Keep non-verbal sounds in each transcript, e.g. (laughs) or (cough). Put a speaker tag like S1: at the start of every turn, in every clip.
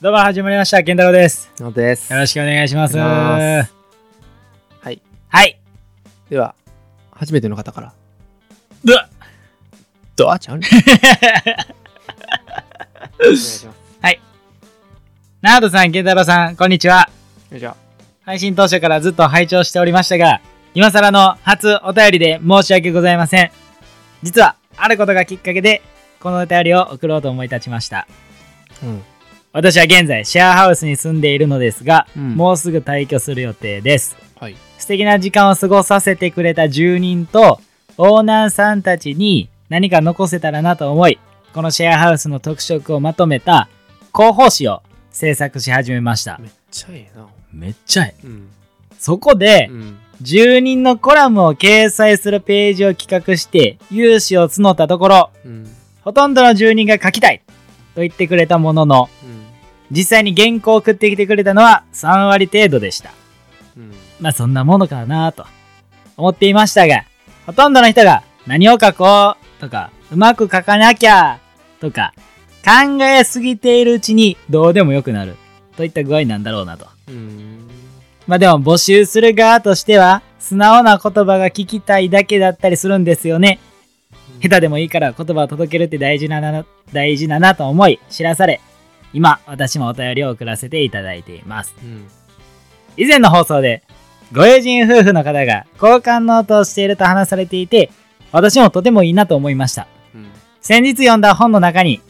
S1: どうも始まりました健太郎です
S2: のです
S1: よろしくお願いします
S2: お願いしはい
S1: はい
S2: では初めての方から
S1: うわ
S2: ドアちゃ
S1: (laughs)
S2: んお願いします
S1: ナードさん健太郎さんこんにちは
S2: よいしょ
S1: 配信当初からずっと拝聴しておりましたが今更の初お便りで申し訳ございません実はあることがきっかけでこのお便りを送ろうと思い立ちました
S2: うん
S1: 私は現在シェアハウスに住んでいるのですが、
S2: うん
S1: もうすぐ退去する予定です
S2: はい
S1: 素敵な時間を過ごさせてくれた住人とオーナーさんたちに何か残せたらなと思いこのシェアハウスの特色をまとめた広報誌を制作し始めました
S2: めっちゃええな
S1: めっちゃえ
S2: うん
S1: そこで、
S2: うん
S1: 住人のコラムを掲載するページを企画して融資を募ったところ
S2: うん
S1: ほとんどの住人が書きたいと言ってくれたものの実際に原稿を送ってきてくれたのは3割程度でした
S2: うん
S1: まあそんなものかなと思っていましたがほとんどの人が何を書こうとかうまく書かなきゃとか考えすぎているうちにどうでもよくなるといった具合なんだろうなと
S2: うん
S1: まあでも募集する側としては素直な言葉が聞きたいだけだったりするんですよね。下手でもいいから言葉を届けるって大事だな、大事だなと思い知らされ、今私もお便りを送らせていただいています。
S2: うん
S1: 以前の放送でご友人夫婦の方が交換ノートをしていると話されていて、私もとてもいいなと思いました。
S2: うん
S1: 先日読んだ本の中に、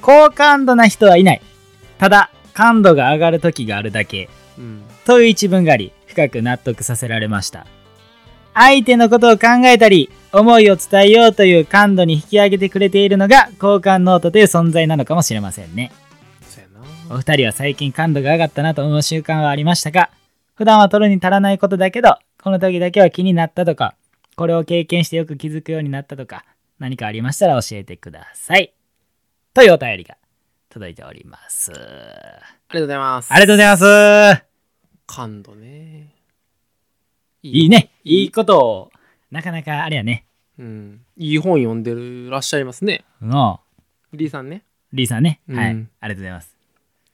S1: 好感度な人はいない。ただ、感度が上がる時があるだけ。
S2: うん
S1: という一文があり深く納得させられました相手のことを考えたり思いを伝えようという感度に引き上げてくれているのが交換ノートという存在なのかもしれませんね
S2: そうやな
S1: お二人は最近感度が上がったなと思う習慣はありましたか普段は取るに足らないことだけどこの時だけは気になったとかこれを経験してよく気づくようになったとか何かありましたら教えてくださいというお便りが届いております
S2: ありがとうございます
S1: ありがとうございます
S2: 感度ね
S1: いいね。いいことを、なかなかあれやね。
S2: うんいい本読んでるらっしゃいますね
S1: の、
S2: リーさんね
S1: リーさんね。
S2: うん
S1: はい。ありがとうございます。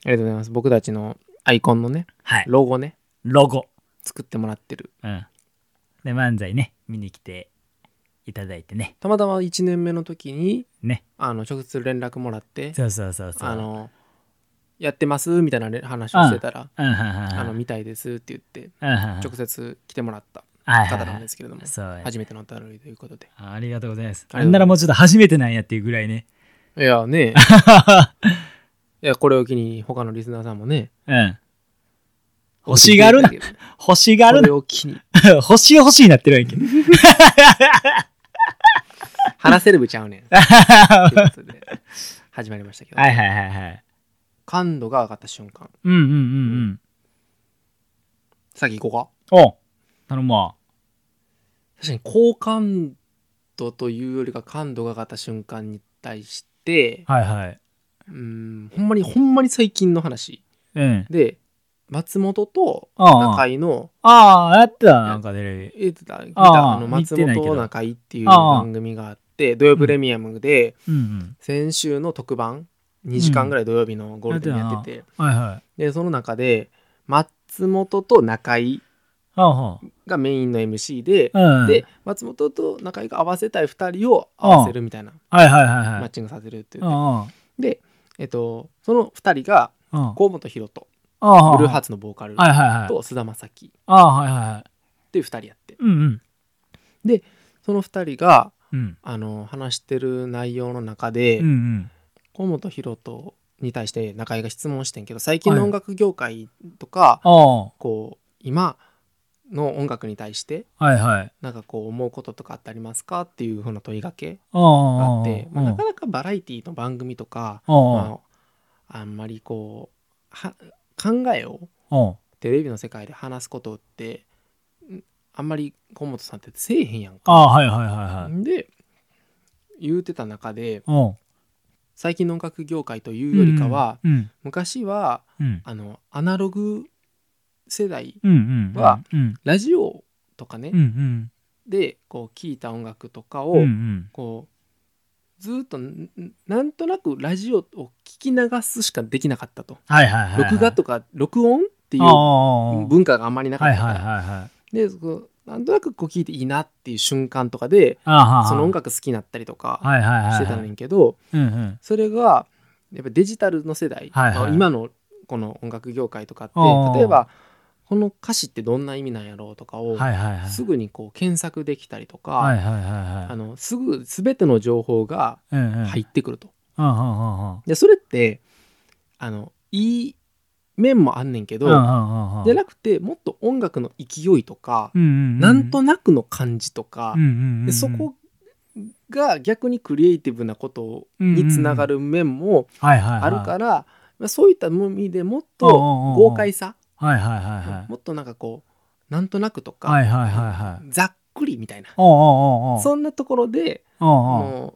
S2: ありがとうございます僕たちのアイコンのね
S1: はい。
S2: ロゴね
S1: ロゴ。
S2: 作ってもらってる
S1: うん。で、漫才ね、見に来ていただいてね。
S2: たまたま1年目の時に
S1: ね。
S2: あの直接連絡もらって
S1: そうそうそうそう。
S2: あ、のやってますみたいなね話をしてたら、
S1: うん、はんはんは
S2: あの
S1: ん。
S2: 見たいですって言って
S1: うん、はんはん。
S2: 直接来てもらった
S1: はいは
S2: 方
S1: い
S2: な
S1: は
S2: ん
S1: い
S2: ですけれども、
S1: そうや
S2: 初めてのお便りということで
S1: ありがとうございます。
S2: あ
S1: あ
S2: りがとうございます
S1: んならもうちょっと初めてなんやっていうぐらいね。
S2: いやね
S1: (laughs)
S2: いやこれを機に他のリスナーさんもね
S1: うん。欲しがるな
S2: 送っていただけ
S1: 欲しがる
S2: れこれ
S1: な。
S2: を機に
S1: (laughs) 欲しい欲しいになってるやんけ。 (laughs)
S2: 話せるぶちゃうねんと
S1: は
S2: いうことで始まりましたけ
S1: い (laughs)
S2: ど、
S1: はいはいはい。
S2: 感度が上がった瞬間
S1: うんうんうん
S2: さっき行こう
S1: うん。お頼むわ。
S2: か確かに好感度というよりか感度が上がった瞬間に対して
S1: はいはい。
S2: うんほんまにほんまに最近の話
S1: うん。
S2: で松本と
S1: ああ
S2: 中井の
S1: ああ、やってたな、なんかテレビ。
S2: えーだ見た
S1: ああ
S2: あの
S1: 見
S2: 松
S1: てないけど
S2: 本中井っていう
S1: ああ
S2: 番組があって土曜プレミアムで
S1: うん
S2: 先週の特番2時間ぐらい土曜日のゴールデンやってて
S1: うん。はいはい。
S2: でその中で松本と中井
S1: はあは
S2: がメインの MC で
S1: あ。うん。
S2: で、松本と中井が合わせたい2人を合わせるみたいな
S1: はいはいはい
S2: マ
S1: は
S2: ッ
S1: い。
S2: チングさせるっていう
S1: うんうん。
S2: でえっとその2人が
S1: うん。
S2: 河本大翔
S1: ああ
S2: ブルーハー
S1: ツ。
S2: ツのボーカル
S1: はいはいはい。
S2: と菅田将暉
S1: ああ、はいはいはい。
S2: っていう2人やって
S1: うんうん。
S2: その2人が
S1: うん。
S2: あの話してる内容の中で
S1: うんうん。
S2: 河本大翔に対して中居が質問してんけど最近の音楽業界とか
S1: ああ。は
S2: こう今の音楽に対して
S1: いはい。
S2: なんかこう思うこととかあってありますかっていうふうな問いかけ
S1: ああ。
S2: があってまあ
S1: うん
S2: なかなかバラエティの番組とか
S1: あ
S2: まああんまりこうは考えを
S1: あ。うん。
S2: テレビの世界で話すことってんあんまり河本さんってせえへんやん
S1: あ
S2: か。
S1: あ、はいはいはいはい。
S2: で言うてた中で
S1: うん。
S2: 最近の音楽業界というよりかは、
S1: うん。
S2: 昔は
S1: うん。
S2: あのアナログ世代
S1: うんうん。うん。
S2: ラジオとかね、
S1: うんうん。
S2: でこう聞いた音楽とかを、
S1: うんうん。
S2: こずーっとんなんとなくラジオを聞き流すしかできなかったと
S1: はいはいはいはい。
S2: 録画とか録音ってい
S1: あああ
S2: う
S1: あああ
S2: 文化があんまりなか
S1: は
S2: っ
S1: い
S2: たか
S1: はいはい
S2: ら
S1: はい。
S2: でそこなんとなくこう聞いていいなっていう瞬間とかで
S1: ああはあ
S2: その音楽好きになったりとか
S1: はいはいはいはい。
S2: してたねんけど
S1: うんうん。
S2: それがやっぱデジタルの世代、
S1: はいはい
S2: まあ今のこの音楽業界とかって
S1: ああ
S2: 例えばこの歌詞ってどんな意味なんやろうとかを
S1: はいはいはい。
S2: すぐにこう検索できたりとか、
S1: はいはいはいはい。
S2: あのすぐ全ての情報が
S1: うんうん。
S2: 入ってくると。
S1: うんうんうんうん。
S2: でそれってあのいい面もあんねんけど、
S1: うんうんうんうん。
S2: じゃなくてもっと音楽の勢いとか、
S1: うんうん。
S2: なんとなくの感じとか、
S1: うんうんうんうん。
S2: でそこが逆にクリエイティブなことにつながる面も
S1: はいはいはい
S2: あるから、まあ、そういった意味でもっと
S1: うんうんうん
S2: 豪快さ、
S1: はいはいはいはい。
S2: もっとなんかこうなんとなくとか、
S1: はいはいはいはい。
S2: ざっくりみたいな、
S1: おうおうおうおう。
S2: そんなところで、
S1: おう
S2: あ
S1: おう。
S2: の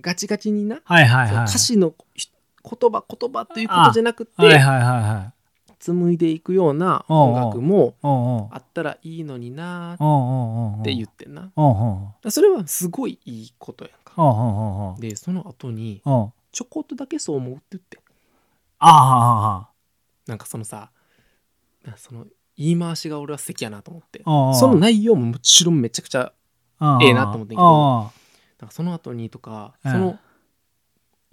S2: ガチガチにな、
S1: はいはい
S2: そ
S1: は
S2: の
S1: い。
S2: 歌詞のひ言葉言葉ということじゃなくて、
S1: はいはいはいはい。
S2: 紡いでいくような音楽も
S1: おうおう。
S2: あったらいいのになー
S1: おうおうおうおう。
S2: って言ってんな。
S1: おうおう
S2: それはすごいいいことやんか。
S1: おう。おうおうおう
S2: でその後に
S1: おう。おう。
S2: ちょこっとだけそう思うって言って
S1: ああはあはあ。
S2: なんかそのさなその言い回しが俺は素敵やなと思って
S1: おうおう
S2: その内容ももちろんめちゃくちゃええなと思ってんけど
S1: あ
S2: なんかその後にとか
S1: うん
S2: その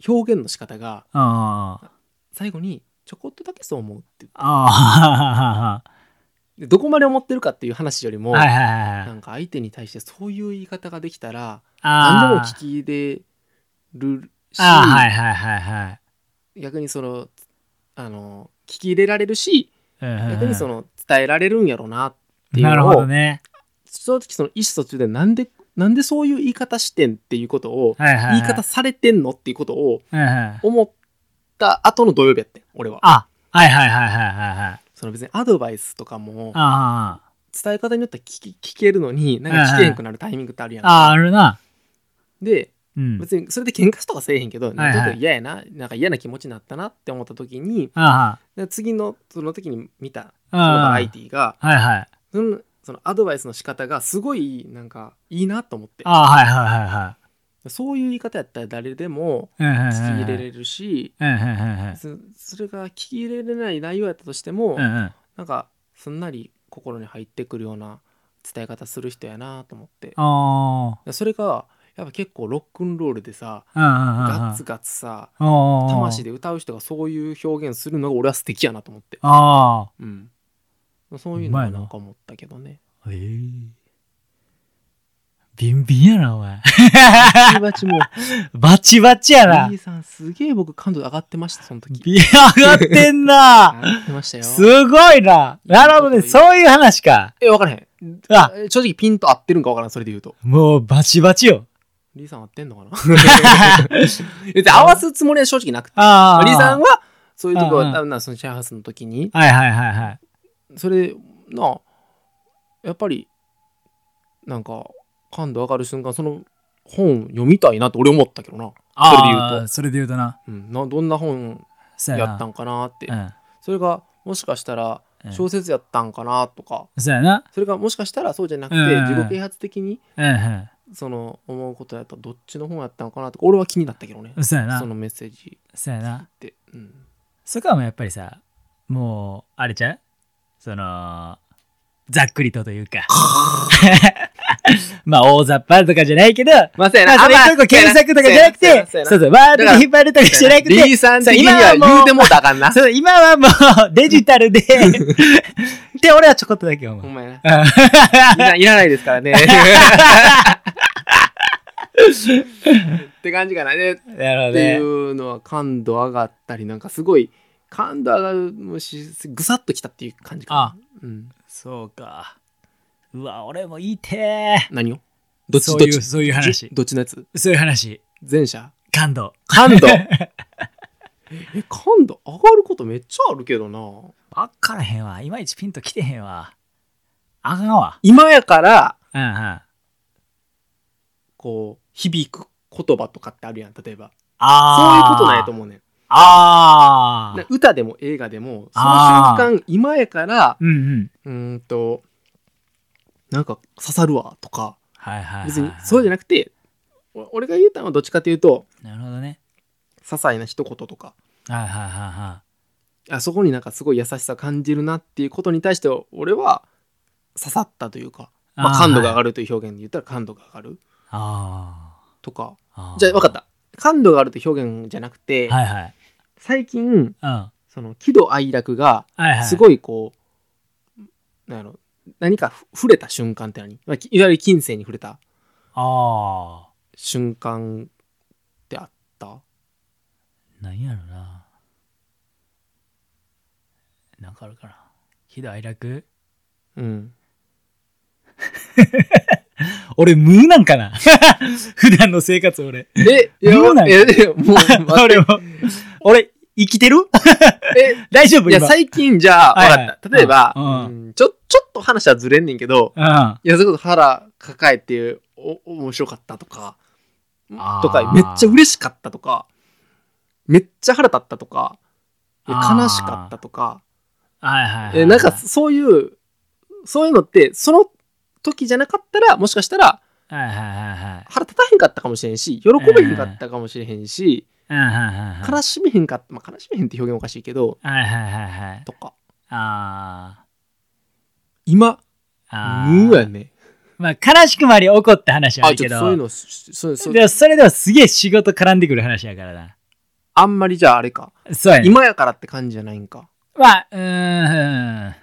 S2: 表現の仕方が
S1: あああ
S2: 最後にちょこっとだけそう思うって
S1: ああ
S2: でどこまで思ってるかっていう話よりも
S1: はいはいはい
S2: な
S1: はい
S2: んか相手に対してそういう言い方ができたら
S1: あ
S2: 何でも
S1: ー
S2: 聞き入れるし
S1: あーはいはいはいはい
S2: 逆にそのあの聞き入れられるし
S1: うんうんうん
S2: 逆にその伝えられるんやろうなっていう
S1: なる
S2: の
S1: ほ
S2: を
S1: どね
S2: 正直その意思疎通でなんでなんでそういう言い方してんっていうことを、
S1: はいはいはい
S2: 言い方されてんのっていうことを
S1: うんうん
S2: 思った後の土曜日やってん俺は
S1: あはいはいはいはいはいはい
S2: その別にアドバイスとかも
S1: あ
S2: 伝え方によっては聞き聞けるのになんか聞けへんくなるタイミングってあるや
S1: ー
S2: ん、
S1: あーあるな
S2: で
S1: うん
S2: 別にそれで喧嘩とかせえへんけど、
S1: はい
S2: ちょっと嫌やななんか嫌な気持ちになったなって思った時に
S1: あ
S2: で次のその時に見た
S1: ー
S2: そのバ
S1: あ
S2: ラ
S1: ー
S2: エティーが
S1: はいはい
S2: そのそのアドバイスの仕方がすごいなんかいいなと思って
S1: あーはいはいはいはい
S2: そういう言い方やったら誰でも
S1: うんうんうんうん
S2: 聞き入れれるし、
S1: うんうんうんうん
S2: そそれが聞き入れれない内容やったとしても、
S1: うんうん
S2: なんかすんなり心に入ってくるような伝え方する人やなと思って
S1: あ
S2: それがやっぱ結構ロックンロールでさ
S1: ーうんうんうんうん
S2: ガッツガツさ
S1: おーおーおー
S2: 魂で歌う人がそういう表現するのが俺は素敵やなと思って、
S1: あ
S2: うん、そういうの
S1: うま
S2: はい
S1: な
S2: なんか思ったけど (laughs) ね
S1: あええビンビンやなお前 (laughs)
S2: バチバチも
S1: バチバチやな
S2: B さんすげえ僕感度上がってましたその時
S1: ビ上がってんな
S2: 上がってましたよ
S1: すごいな。なるほどね。そういう話か。
S2: え分からへん
S1: あ、
S2: え正直ピンと合ってるんか分からんそれで言うと
S1: もうバチバチよ。
S2: リーさん合ってんのかな (laughs) 別に合わすつもりは正直なくて
S1: ああ。
S2: リーさん
S1: は
S2: はそういうとこ
S1: あ
S2: は
S1: あ
S2: 多分なそのシェアハウスの時に
S1: はいはいはいはい。
S2: それなやっぱりなんか感度上がる瞬間その本読みたいなって俺思ったけどな、
S1: あーそれで言うとな。
S2: うん、などんな本
S1: そうやな。
S2: やったんかなって
S1: うん
S2: それがもしかしたら
S1: うん
S2: 小説やったんかなとか
S1: そうやな。
S2: それがもしかしたらそうじゃな
S1: う
S2: く
S1: んうん
S2: て
S1: うん
S2: 自己啓発的に
S1: うん
S2: その思うことやったらどっちの本やったんかなとか俺は気になったけどね
S1: うん。そうやな
S2: そ。のメッセージ
S1: そうやな。
S2: って、うん、
S1: そこはもうやっぱりさ、もう、あれちゃうその、ざっくりとというか。 (laughs) まあ大雑把とかじゃないけど、
S2: まあそうや
S1: まあ、それ一個一個検索とかじゃなくて、そうそう、ワードで引っ張るとかじゃなくて、
S2: リーさん
S1: そう
S2: 的に
S1: 今
S2: は
S1: は
S2: 言
S1: も
S2: う
S1: う
S2: てもうたらあかんな
S1: そう今はもうデジタルで、
S2: (laughs)
S1: で、俺はちょこっとだけ思
S2: ほ
S1: う。
S2: んまやな
S1: あ
S2: いらいらないです
S1: (laughs)
S2: からねって感じかなでっ
S1: なるほど
S2: てい
S1: ね。
S2: うのは感度上がったりなんかすごい感度上がるもしぐさっときたっていう感じかな
S1: あ
S2: うん、
S1: そうか。うわ、俺もいいて
S2: 何をどっちど
S1: そ
S2: っ
S1: ういう
S2: ち
S1: そういう話
S2: どっちのやつ
S1: ー。そういう話。
S2: 前者
S1: 感動。(laughs)
S2: 感度え感度上がることめっちゃあるけどな
S1: わっからへんわ。いまいちピンときてへんわ。あかんわ。
S2: 今やから
S1: うんうん。
S2: こう響く言葉とかってあるやん例えばそういう
S1: あ
S2: ことなんやと
S1: う。
S2: 思うねん
S1: あ
S2: な
S1: あ。
S2: 歌でも映画でもその
S1: あー
S2: 瞬間今やから
S1: うんうん。
S2: うーんとなんか刺さるわとか
S1: はいはいはい。
S2: 別にそうじゃ
S1: ゃ
S2: なくてお俺が言うたのはどっちかというと
S1: なるほどね。
S2: 些細な一言とか
S1: はいはいはいは
S2: あそこになんかすごい優しさ感じるなっていうことに対して俺は刺さったというか、
S1: い。
S2: まあ、感度が上
S1: る。
S2: がるという表現で言ったら感度が上がる
S1: あ
S2: とか
S1: ーあー。
S2: じゃあ分かった感度があるという表現じゃなくて、
S1: はいはい。
S2: 最近
S1: うん。は
S2: その喜怒哀楽が
S1: いはい。
S2: す
S1: い。
S2: ごいこう、なんやろ何かふ触れた瞬間って何まあきいわゆる近世に触れた
S1: あ
S2: 瞬間ってあった
S1: あ。なんやろな。なんかあるかな。喜怒哀楽 (laughs)
S2: うん
S1: 俺、無なんかな (laughs) 普段の生活俺。
S2: えいや
S1: どうなん
S2: い
S1: (laughs)
S2: やでももう待って
S1: 俺も。俺、生きてる
S2: え
S1: 大丈夫
S2: い
S1: 今
S2: や、最近じゃあ、
S1: はい
S2: わ
S1: はい
S2: かった。例えば、
S1: うん
S2: うんちょ、ちょっと話はずれんねんけど、
S1: うん。
S2: いや、それこそ腹抱えて、お、面白かったとか
S1: あー、
S2: とか、めっちゃ嬉しかったとか、めっちゃ腹立ったとか、いや
S1: あー
S2: 悲しかったとか、
S1: はいはいはい。
S2: えなんか、そういう、そういうのって、その時じゃなかったら、もしかしたら
S1: はいはいはいはい。
S2: 腹立たへんかったかもしれんし、喜べへんかったかもしれへんし、
S1: うんはいはいはい。
S2: 悲しめへんかった、まあ、悲しめへんって表現おかしいけど、
S1: はいはいはいはい。
S2: とか。
S1: あ
S2: 今、
S1: ーあー。
S2: 無やね。
S1: まあ、悲しくもあり怒った話はあ
S2: あ、
S1: る
S2: ちょ
S1: け
S2: っとそういう
S1: ど。
S2: の、そそうそう
S1: でもそれではすげえ仕事絡んでくる話やからな。
S2: あんまりじゃああれか。
S1: そうやね。
S2: 今やからって感じじゃないんか。
S1: まあ、うーん。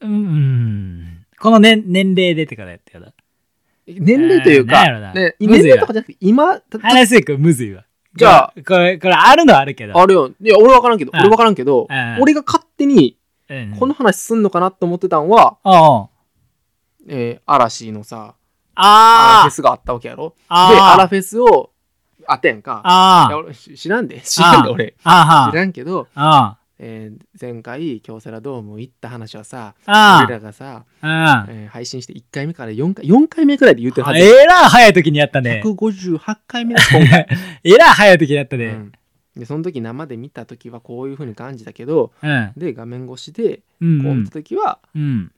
S1: うんうん。この年、年齢でってことやったよな。
S2: 年齢というか、
S1: えーなんやろな
S2: ね、
S1: む
S2: 年
S1: ずいわ
S2: 齢とかじゃなくて、今、たた
S1: 話せくむずいわ。
S2: じゃあ、
S1: これ、これあるのはあるけど。
S2: あれよ。いや、俺わからんけど、
S1: うん
S2: 俺わからんけど
S1: うん、
S2: 俺が勝手に
S1: うん
S2: この話すんのかなと思ってたんは、
S1: おう
S2: えー嵐のさ、
S1: あ
S2: アラフェスがあったわけやろ。で、
S1: あ
S2: アラ
S1: あ
S2: フェスを当てんか。
S1: あ
S2: いや
S1: あ
S2: 俺し知らんで、知らんで俺。
S1: ああ
S2: 知らんけど、
S1: あ
S2: えー前回、京セラドーム行った話はさ、
S1: あ
S2: 俺らがさ、
S1: あ
S2: えー配信して1回目から4回、4回目くらいで言ってるはず
S1: え
S2: や。
S1: らい早い時にやったね。
S2: 158回目だ、今回。
S1: えらい早い時にやった
S2: う
S1: ね。
S2: んでその時生で見た時はこういう風に感じたけど
S1: うん。
S2: で画面越しで
S1: う
S2: こう見
S1: ん
S2: た。時は
S1: うん。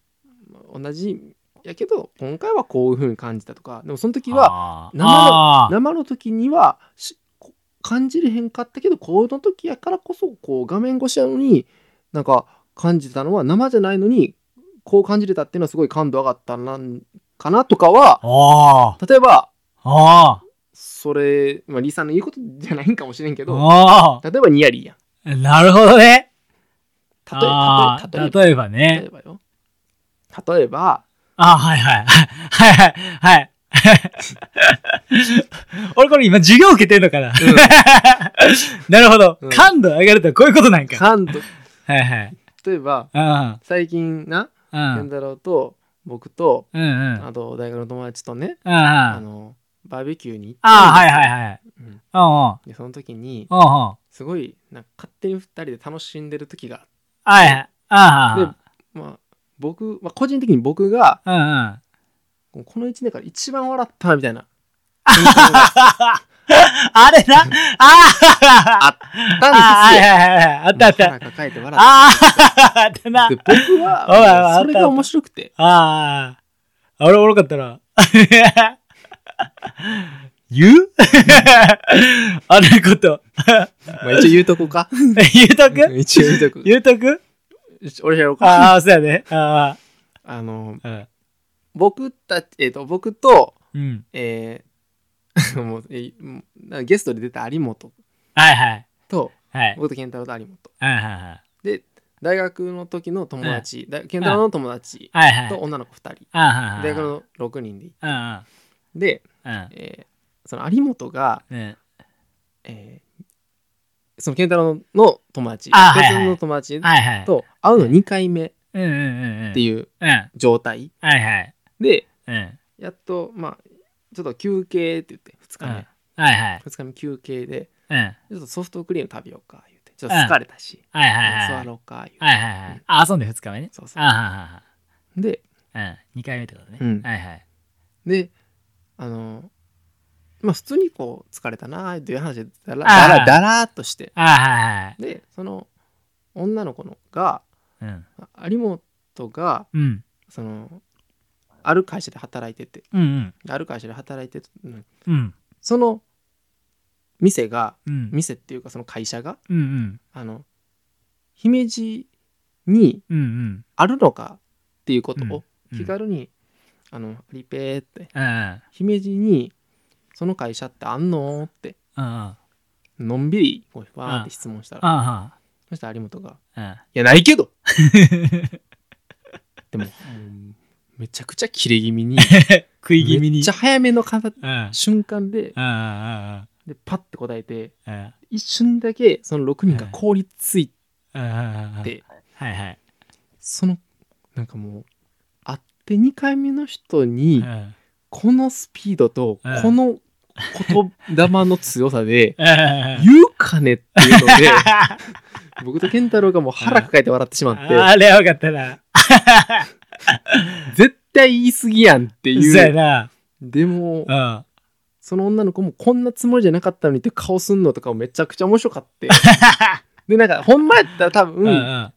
S2: 同じやけど今回はこういう風に感じたとかでもその時は
S1: は
S2: 生の生の時にはしこ感じれへんかったけどこの時やからこそこう画面越しなのになんか感じたのは生じゃないのにこう感じれたっていうのはすごい感度上がったなんかなとかは
S1: あ
S2: 例えば
S1: あ。ああ。
S2: それ、まあ、リーさんの言うことじゃないんかもしれんけど
S1: あ
S2: 例えばニヤリやん
S1: あ。なるほどね。
S2: 例
S1: あ
S2: え例え例えば
S1: あ例えば
S2: 例
S1: ね
S2: え。ばよ。例えば、
S1: ああ、はい (laughs) はい。はいはい。はい。 (laughs) 俺これ今授業受けてんのかな、 (laughs) なるほど、
S2: うん
S1: 感度上がるとはこういうことなんか。
S2: カント、
S1: はいはい。
S2: 例えば、
S1: うん。
S2: 最近な、
S1: うん。う
S2: 健
S1: ん
S2: 太郎と僕と、
S1: うん。
S2: あと大学の友達とね、
S1: うんうん。
S2: あ
S1: あ
S2: の、バーベキューに行ったん
S1: あ、はい
S2: ですよ
S1: はいはい。
S2: うん
S1: うんうん。
S2: で、その時に、
S1: うんうん。は
S2: すごい、なんか勝手に二人で楽しんでる時が、
S1: いはい。ああ。
S2: まあ、僕、まあ、個人的に僕が、
S1: うんうん。
S2: この1年から一番笑ったみたいな。瞬間が
S1: あれなああは
S2: あっ
S1: い
S2: たん
S1: は
S2: で
S1: いはい。あったあっ
S2: すよ。
S1: た。
S2: 腹抱えて笑
S1: あああったな
S2: って。。で、僕
S1: (laughs) おいおい
S2: は、それ
S1: あったあった
S2: が面白くて。
S1: ああ。あれ、おもろかったな。 (laughs) 言う (laughs) あんなこと。 (laughs)
S2: まあ、一応言うとこうか。
S1: 言うとく
S2: 一応言うとこ
S1: 言うとく
S2: う。俺やろうか。
S1: ああ、そうやね。あ
S2: あの、
S1: あ。うん
S2: 僕たち、えっ、と、僕と、
S1: うん。
S2: えー (laughs) もう、えーもうなんかゲストで出た有本
S1: はいはい。
S2: と、
S1: はい。
S2: 僕と健太郎と有本。
S1: はいはいはい。
S2: で、大学の時の友達、だ健太郎の友達
S1: はいはい。
S2: と女の子2人、
S1: ああはいはい。
S2: 大学の6人でい
S1: うんうん。
S2: で、
S1: うん。
S2: えーその有本が、
S1: ね
S2: えーその健太郎の友達、
S1: あは
S2: 健
S1: いはい
S2: 太郎の友達
S1: はいはい。
S2: と会うの2回目っ
S1: うんうんうんうん。
S2: ていう
S1: うん。はい
S2: 状態
S1: はい。
S2: で、
S1: うん。うん。
S2: やっと、まあ、ちょっと休憩って言って、2日目、
S1: はいはい。
S2: 2日目休憩で、
S1: うん。はい
S2: ちょっとソフトクリーム食べようか、言うて。ちょっと疲れたし、
S1: はいは
S2: 座
S1: い。
S2: ろうか、言うて。
S1: はいはいはい。あ、遊んで2日目ね。
S2: そうそ
S1: あはは
S2: う。で、
S1: は。うん。2回目ってことね。
S2: うん
S1: はいはい。
S2: で、あの、まあ普通にこう、疲れたなーっていう話で、だら、
S1: あー
S2: だら、だらーっとして。
S1: あはいはい。
S2: で、その、女の子のが、
S1: うん。
S2: 有本が、
S1: うん。
S2: その、ある会社で働いてて、
S1: うん
S2: ある会社で働いてて、うん
S1: うん。
S2: その店が
S1: うん
S2: 店っていうかその会社が
S1: うんうん
S2: あの姫路に
S1: うんうん
S2: あるのかっていうことを
S1: うん
S2: 気軽に、あのリペーって
S1: うん
S2: 姫路にその会社ってあんのって
S1: うんうん
S2: のんびりこうわーって質問したら
S1: あ
S2: そしたら有本が
S1: あうん
S2: 「いやない
S1: (laughs)
S2: けど! 」でももうめちゃくちゃ切れ気味に
S1: 食い気味に
S2: めっちゃ早めのかた
S1: うんうん
S2: 瞬間で
S1: うん
S2: でパッて答えて
S1: うんうん
S2: 一瞬だけその6人が凍りつい
S1: うん
S2: て
S1: はいはい
S2: そのなんかもう会って2回目の人に
S1: うん
S2: このスピードと
S1: うん
S2: この言霊の強さで
S1: うんうん
S2: 言うかねっていうの
S1: (laughs)
S2: で僕と健太郎がもう腹抱えて笑ってしまって
S1: (laughs) あれよかったな
S2: 絶対言い過ぎやんって
S1: そうや
S2: いう
S1: な
S2: でも
S1: うん
S2: その女の子もこんなつもりじゃなかったのにって顔すんのとかもめちゃくちゃ面白かって
S1: (laughs)
S2: でなんかほんまやったら多
S1: うんう
S2: 分
S1: ん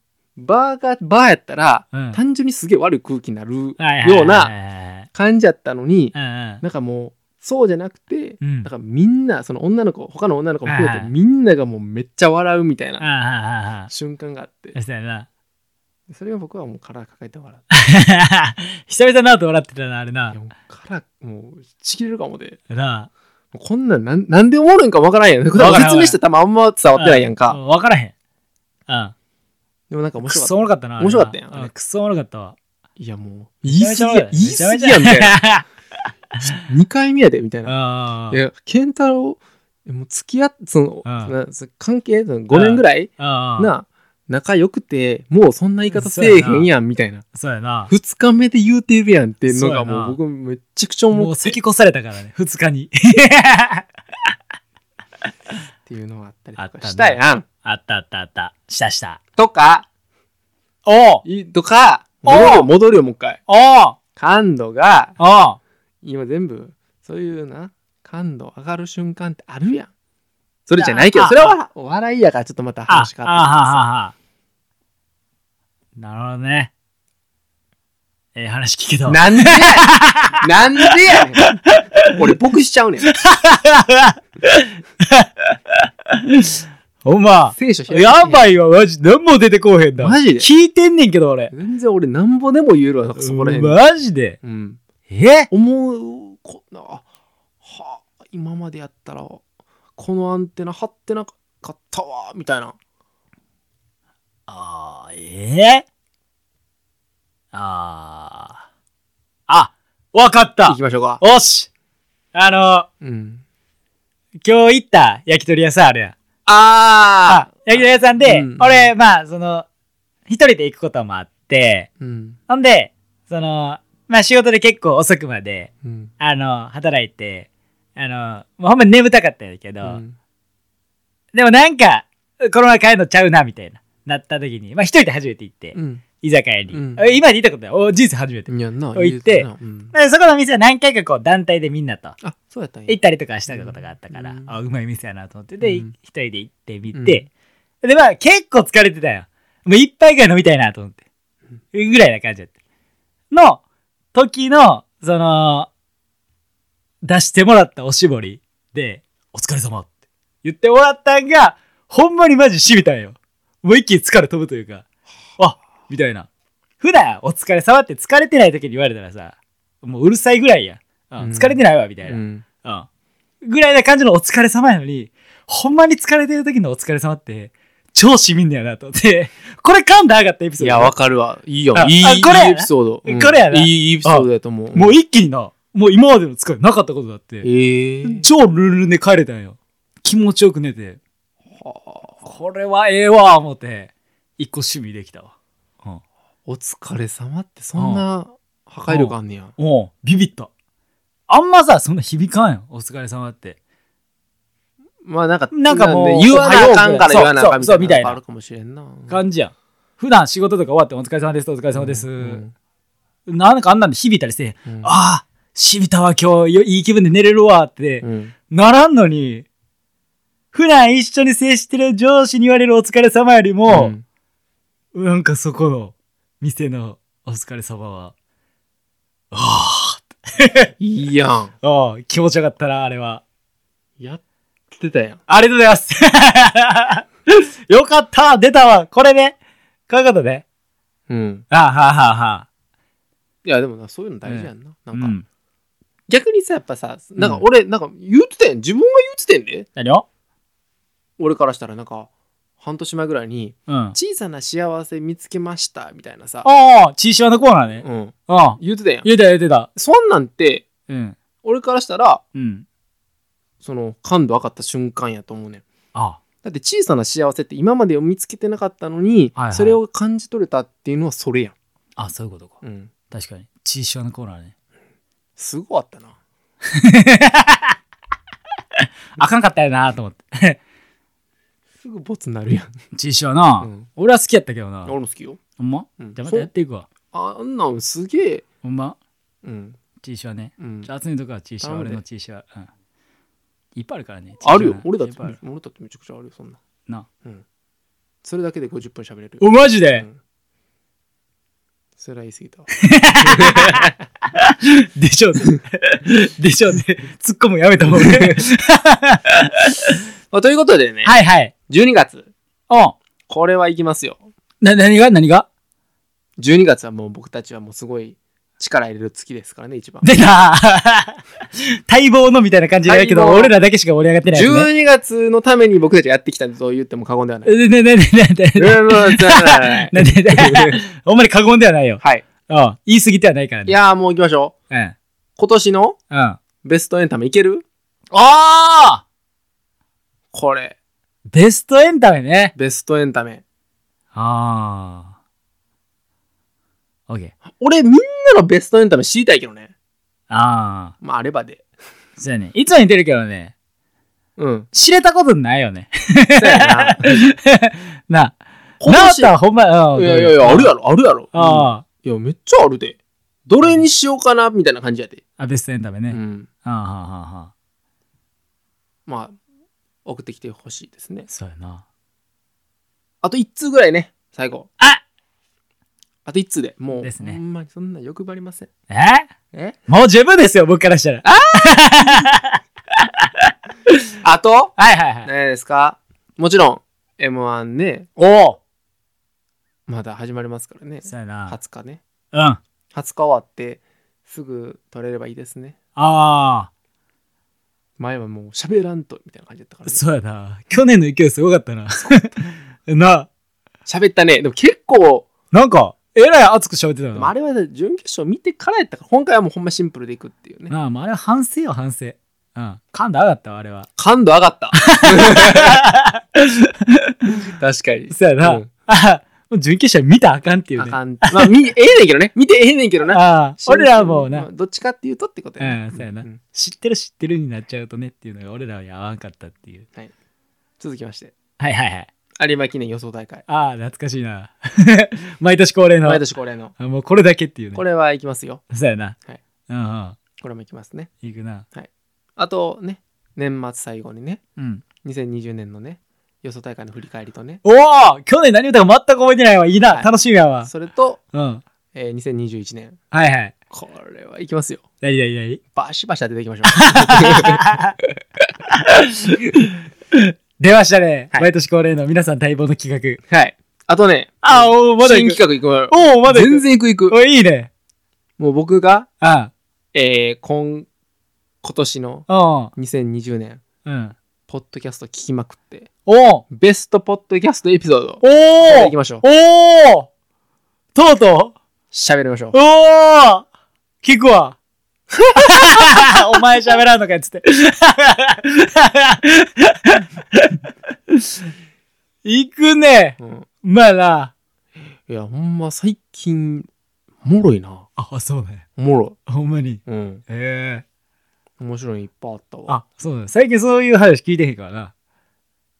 S2: バーがバーやったら
S1: うん
S2: 単純にすげえ悪い空気にな
S1: は
S2: る
S1: いはいはいはい
S2: ような感じやったのに
S1: うんうん
S2: なんかもうそうじゃなくて
S1: うん
S2: だからみんなその女の子他の女の子も含め
S1: はい
S2: て
S1: はい
S2: みんながもうめっちゃ笑うみたい
S1: ああ
S2: な
S1: はいはいは
S2: 瞬間があって
S1: いそうやな
S2: それが僕はもう腹抱えて笑って
S1: 久々なと笑ってたなあれない
S2: やもう腹もうちぎれるかもで
S1: な
S2: もうこんなんなんなんでおもろいんかわからんやん説
S1: からんわからん
S2: 明してたまんま伝わってないやん
S1: う
S2: か
S1: 分からへんうん
S2: でもなんか面
S1: ク
S2: 白か
S1: ソ
S2: った
S1: おもろかったな。
S2: 面白かったやん
S1: あれな
S2: あ
S1: う
S2: れ
S1: ん。クソおもろかったわ。
S2: いやもう言い過ぎ
S1: め
S2: や言い
S1: ちゃ
S2: 過
S1: め
S2: ぎ
S1: ちゃ
S2: やんみたいな
S1: な。
S2: 2回目やでみたいな
S1: あ
S2: いや健太郎もう付き合ってその
S1: うん
S2: なそ関係5年ぐらい
S1: あ。ああ。
S2: な仲良くてもうそんな言い方せえへんやんみたいな
S1: そうやな。
S2: 2日目で言うてるやんっていうのが
S1: そうやな
S2: もう僕めっちゃくちゃ
S1: も
S2: 思
S1: う
S2: ってっ
S1: 咳越されたからね、二日に。
S2: (laughs) ていうのがあったり
S1: あっ
S2: と
S1: た
S2: か
S1: な
S2: したやん
S1: あったあったあった。したした。
S2: とか
S1: おう
S2: いとか
S1: おう
S2: 戻るよ戻るよもう一回
S1: おう
S2: 感度が
S1: おう
S2: 今全部そういうな感度上がる瞬間ってあるやんそれじゃないけど
S1: あ
S2: それはお笑いやからちょっとまた
S1: あ
S2: 話、
S1: あ
S2: 変
S1: は
S2: わってさ
S1: はは。なるほどね。ええ話聞けたわ。
S2: なんでやねんなんでやねん俺僕しちゃうねん
S1: ほんま。
S2: 聖書開いて
S1: やばいわ、マジ。何も出てこうへんだ。
S2: マジで
S1: 聞いてんねんけど、俺。
S2: 全然俺なんぼでも言えるわなんかそこら辺で
S1: マジで。
S2: うん
S1: え
S2: 思うこなあはあ今までやったらこのアンテナ張ってなかったわみたいな
S1: あー、えー、あー。あ、わかっ
S2: 行
S1: た
S2: きましょうか
S1: おしあの、
S2: うん
S1: 今日行った焼き鳥屋さんあるやん。
S2: あ
S1: あ、焼き鳥屋さんで、
S2: うん
S1: 俺、まあ、その、一人で行くこともあって、
S2: うん
S1: ほんで、その、まあ仕事で結構遅くまで、
S2: うん
S1: あの、働いて、あの、もうほんまに眠たかったんやけど、
S2: うん
S1: でもなんか、このまま帰るのちゃうな、みたいな、なった時に、まあ一人で初めて行って、
S2: うん
S1: 居酒屋に。
S2: うん
S1: 今まで行ったことない。お、人生初めて。
S2: いやんな
S1: 置いて
S2: 言うてなうん
S1: でそこの店は何回かこう団体でみんなと
S2: あそうやったんや
S1: 行ったりとかしたことがあったから、
S2: うん
S1: あうまい店やなと思ってで、
S2: うん
S1: 一人で行ってみて、でまあ結構疲れてたよもう一杯ぐらい飲みたいなと思って、ぐらいな感じだったの時のその出してもらったおしぼりで「お疲れ様って言ってもらったんがほんまにマジしみたんよもう一気に疲れ飛ぶというかあみたいな普段お疲れ様って疲れてない時に言われたらさもううるさいぐらいやん、うん
S2: うん
S1: 疲れてないわみたいな、
S2: うん
S1: うん。ぐらいな感じのお疲れ様やのに、ほんまに疲れてる時のお疲れ様って、超しみんだよなと思って、これ感度上がったエピソ
S2: い
S1: ード。
S2: やわかるわいいよ
S1: あ
S2: いいいい
S1: あこれやな
S2: エピソードうん
S1: これやない
S2: いエピソードやと思う
S1: もう一気にな、もう今までの疲れなかったことだって、
S2: ええ
S1: 超ルンルンで帰れたんよ。気持ちよく寝て、これはええわ、思って、一個趣味できたわ。うん。
S2: お疲れ様ってそんな破壊力あんねや
S1: おうビビった。あんまさ、そんな響かんよ。お疲れ様って。
S2: まあなんか
S1: なんかもう
S2: ね言わなあかんから言わなあかん
S1: そうそう
S2: みた
S1: そうみたいな
S2: いなのがあるかもしれんな
S1: 感じやん。普段仕事とか終わってお疲れ様です、お疲れ様です。
S2: うん
S1: なんかあんなんで響いたりして、
S2: うん
S1: ああ、しみたわ、今日よ、いい気分で寝れるわって
S2: う、ん
S1: ならんのに、普段一緒に接してる上司に言われるお疲れ様よりも、なんかそこの、店のお疲れ様は、あ
S2: いいやん
S1: あ、ああ、気持ちよかったな、あれは。
S2: やってたやん。
S1: ありがとうございます (laughs) よかった出たわこれねこういうことね。
S2: うん。
S1: あはあはあはあ。
S2: いや、でもな、そういうの大事やんな。なんか、
S1: うん、
S2: 逆にさ、やっぱさ、なんか俺、なんか言うてたやん。自分が言うてたやんで。
S1: 何を
S2: 俺からしたら、なんか、半年前ぐらいに、
S1: うん。
S2: 小さな幸せ見つけました、みたいなさ。
S1: ああ、チーシワのコーナーね。
S2: うん。
S1: うん。
S2: 言うてたやん。
S1: 言うてた言うてた。
S2: そんなんて、
S1: うん。
S2: 俺からしたら、
S1: うん。
S2: その、感度上がった瞬間やと思うねん。
S1: あ
S2: だって小さな幸せって今まで見つけてなかったのに、
S1: はいはい
S2: それを感じ取れたっていうのはそれやん。
S1: あ、そういうことか。
S2: うん。
S1: 確かに。チーシワのコーナーね。
S2: すごかったな。
S1: あかんかったよなと思って。
S2: すぐボツになるやん。
S1: チーシワな、
S2: うん
S1: 俺は好きやったけどな。
S2: 俺も好きよ。
S1: ほんま、
S2: うん
S1: じゃあまたやっていくわ。
S2: あんなんすげえ。
S1: ほんま
S2: うん。
S1: チーシワね。
S2: うん
S1: じゃあ、集めとくわ、チーシワ。
S2: 頼む
S1: 俺
S2: で
S1: のチーシワ。うん。いっぱいあるからね。
S2: あるよ。
S1: チーシ
S2: 俺
S1: ワな
S2: だっ
S1: い
S2: て、
S1: ぱいある
S2: 俺だってめちゃくちゃあるよ、そんな。
S1: な。
S2: うん。それだけで50分喋れるよ。
S1: お、マジで、
S2: うんそれは言い過ぎたわ。
S1: でしょうね。でしょうね。突っ込むのやめ
S2: (laughs)
S1: た方がいい。
S2: (laughs) まあということでね、
S1: はいはい。
S2: 12月、
S1: お
S2: これはいきますよ。
S1: な、何が何が
S2: 12月はもう僕たちはもうすごい力入れる月ですからね、一番。
S1: 出
S2: (laughs)
S1: た待望のみたいな感じだけど、
S2: 待望
S1: 俺らだけしか盛り上がってないや
S2: 12月のために僕たちがやってきたと言っても過言ではない。
S1: つ (laughs) ね。ねねねねねね
S2: は
S1: (laughs) ねねね (laughs) ほんまに過言ではないよ。
S2: い。
S1: うん。言い過ぎてはないから
S2: い
S1: ね。
S2: やーもう行きましょう。
S1: うん。うん。
S2: 今年の
S1: あ
S2: ベストエンタメいける
S1: あ
S2: これ。
S1: ベストエンタメね。
S2: ベストエンタメ。
S1: ああ。オッケー。
S2: 俺みんなのベストエンタメ知りたいけどね。
S1: ああ。
S2: まああればで。
S1: そうやね。いつも言ってるけどね、 (laughs)
S2: うん。
S1: 知れたことないよね。 (laughs)
S2: そうや
S1: な、
S2: な。今
S1: なお
S2: 年
S1: たはほんま、うん。
S2: いやいやいや、あるやろ、あるやろ。
S1: ああ。
S2: うんいや、めっちゃあるで。どれにしようかな、みたいな感じやで。
S1: あ、ベストエンタメね。
S2: う
S1: うん、
S2: ん。
S1: ああ、はあ、はあ、はあ。
S2: まあ、送ってきてほしいですね。
S1: そうやな。
S2: あと1通ぐらいね、最後。
S1: あ
S2: あと1通でもう、
S1: ですね
S2: ほんまにそんな欲張りません。
S1: え
S2: え
S1: もう十分ですよ、僕からしたら。
S2: あと、
S1: はいはいはい。
S2: 何ですかもちろん、M1 ね、
S1: おお
S2: まだ始まりますからね。
S1: そうやな。
S2: 20日ね。
S1: うん。あ
S2: 20日終わって、すぐ取れればいいですね。
S1: あ
S2: 前はもう喋らんと、みたいな感じだったか
S1: ー、
S2: ら、ね。
S1: そうやな。去年の勢いすごかったな。 (laughs) な、
S2: 喋ったね。でも結構、
S1: なんか、えらい熱く喋ってた
S2: で
S1: よ
S2: もあ
S1: な。
S2: れは準決勝見てからやったから、今回はもうほんまシンプルでいくっていうね。
S1: なあ、もうあれは反省よ、反省。うん。感度上がったわ、あれは。
S2: 感度上がった。
S1: (laughs)
S2: 確かに。
S1: そうやな。
S2: うん
S1: あ (laughs) もう準決勝見たらあかんっていう
S2: あ
S1: ね。
S2: かん。まあ、見、ええねんけどね。見てええねんけどな。
S1: ああ、俺らはもうな
S2: まあ。どっちかっていうとってことやな。
S1: うんそうやなん知ってる知ってるになっちゃうとねっていうのが俺らは合わんかったっていう。
S2: 続きまして、
S1: はいはいはい。
S2: 有馬記念予想大会。
S1: ああ、懐かしいな。 (laughs) 毎年恒例の。
S2: 毎年恒例の。
S1: あもうこれだけっていうね。
S2: これはいきますよ。
S1: そうやな。
S2: はい
S1: うんうん。
S2: これもいきますね。
S1: 行くな。
S2: あとね、年末最後にね、
S1: うん。
S2: 2020年のね、予想大会の振り返りとね、
S1: おお去年何歌か全く覚えてないわ。いいな。
S2: はい
S1: 楽しみやわ。
S2: それと、
S1: うん。はい
S2: えー2021年。
S1: はい。
S2: これはいきますよ。
S1: 何何何
S2: バシバシ当てていきましょ
S1: (laughs)
S2: う。
S1: 出ましたね。
S2: はい
S1: 毎年恒例の皆さん待望の企画。
S2: はい。あとね、
S1: ああ、おお、まだ
S2: 新
S1: 行く。
S2: 企画いくわよ。
S1: おお、まだ行く。
S2: 全然いくいく。
S1: おいいね。
S2: もう僕が、
S1: あ
S2: えー、今、今年の
S1: あ、
S2: 2020年、
S1: うん。うん。
S2: ポッドキャスト聞きまくって、
S1: おお
S2: ベストポッドキャストエピソード
S1: お、
S2: いき
S1: お
S2: ましょう。
S1: おおとうと
S2: 喋りましょう
S1: う。おお聞くわ。 (laughs) お前喋らんのかっつって。 (laughs) 行くね。
S2: うん
S1: まあな。
S2: いや、ほんま最近、おもろいな。
S1: あ、そうね。
S2: おもろ
S1: ほんまに。
S2: い。うん。
S1: ええ
S2: 面白いのいっぱいあったわ。
S1: あ、そうだ。最近そういう話聞いてへんからな。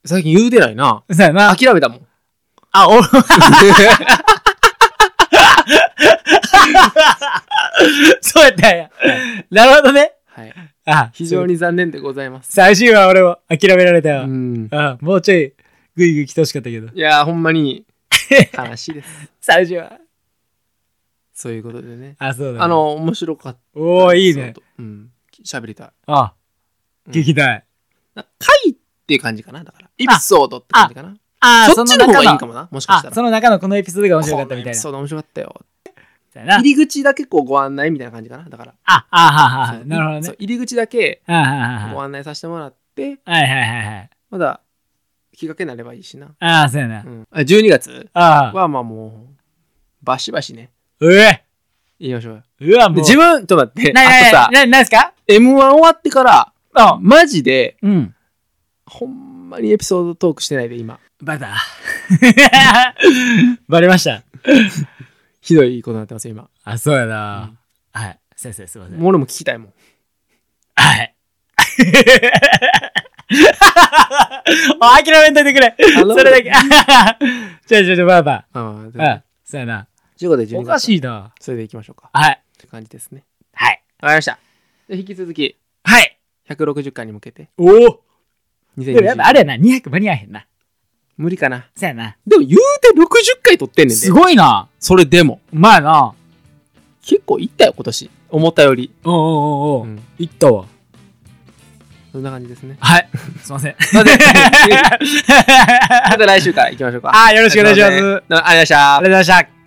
S2: 最近言うてないな。
S1: そうやな。
S2: 諦めたもん。
S1: あ、 (laughs) お、そうやったんや。なるほどね。
S2: はい。
S1: あ、
S2: 非常。に残念でございます。
S1: 最終は俺も諦められたよ。
S2: うん。
S1: あ、もうちょい、ぐいぐい来てほしかったけど。
S2: いや、ほんまに、 (laughs) 悲しいです。
S1: 最終は。
S2: そういうことでね。
S1: あ、そうだ、ね。
S2: あ、の、面白かった。
S1: おー、いいね。。
S2: うん。喋りたい。
S1: あ、
S2: うん
S1: 聞きたい。
S2: な回っていう感じかな。だから。エピソードって感じかな。
S1: ああ、
S2: そ
S1: そ
S2: っ
S1: の
S2: ちの方
S1: 中
S2: がいい
S1: の
S2: か、もな。もしかし
S1: あ
S2: た、ら。
S1: その中のこのエピソードが面白かったみたいな。
S2: そうだ、面白かったよ。
S1: みたいな
S2: 入り口だけこうご案内みたいな感じかな。だから。
S1: あ、あはは
S2: そ
S1: は
S2: う
S1: なるほど
S2: そ
S1: ね
S2: う。入り口だけ
S1: あはは
S2: ご
S1: は
S2: 案内させてもらって、
S1: はいはいはいはい。
S2: まだ日がけになればいいしな。
S1: ああ、そうやな
S2: う。ん、あ12月
S1: ああ。
S2: はまあもう、バシバシね。
S1: うえ
S2: 言いましょうよ。
S1: うわ、もう。
S2: で自分、ちょっと待って。
S1: な
S2: あと
S1: な
S2: さ
S1: な、な、なんすか
S2: M1 終わってから、マジで、
S1: うん。
S2: ほんまにエピソードトークしてないで、今。
S1: バター。 (laughs) バレました。
S2: ひどいことになってますよ、今。
S1: あ、そうやな。はい。先生、すいません。
S2: もう俺も聞きたいもん。
S1: はい。 (laughs) もう諦めんといてくれ。
S2: あの
S1: それだけ。 (laughs) ちょいちょいちょい、ばあば。
S2: ああ、と
S1: う
S2: い
S1: ん。そうやな。
S2: うことで12月。
S1: おかしいな。
S2: それでいきましょうか。
S1: はい。
S2: って感じですね。
S1: はい。
S2: わかりました。で引き続き、
S1: はい。
S2: 160回に向けて、
S1: おお。でもやっぱあ
S2: 2020
S1: れやな、200間に合えへんな。
S2: 無理かな。
S1: そうやな。
S2: でも言うて60回撮ってんねんで。
S1: すごいな。
S2: それでも。
S1: うまいな。
S2: 結構いったよ、今年。思ったより。
S1: おうおうおうお
S2: う
S1: う。
S2: ん。
S1: いったわ。
S2: そんな感じですね。
S1: はい。すいません。(laughs)
S2: ま (laughs) た来週から行きましょうか。
S1: あーよろしくお願いします
S2: なのでありがとうございました
S1: ありがとうございました。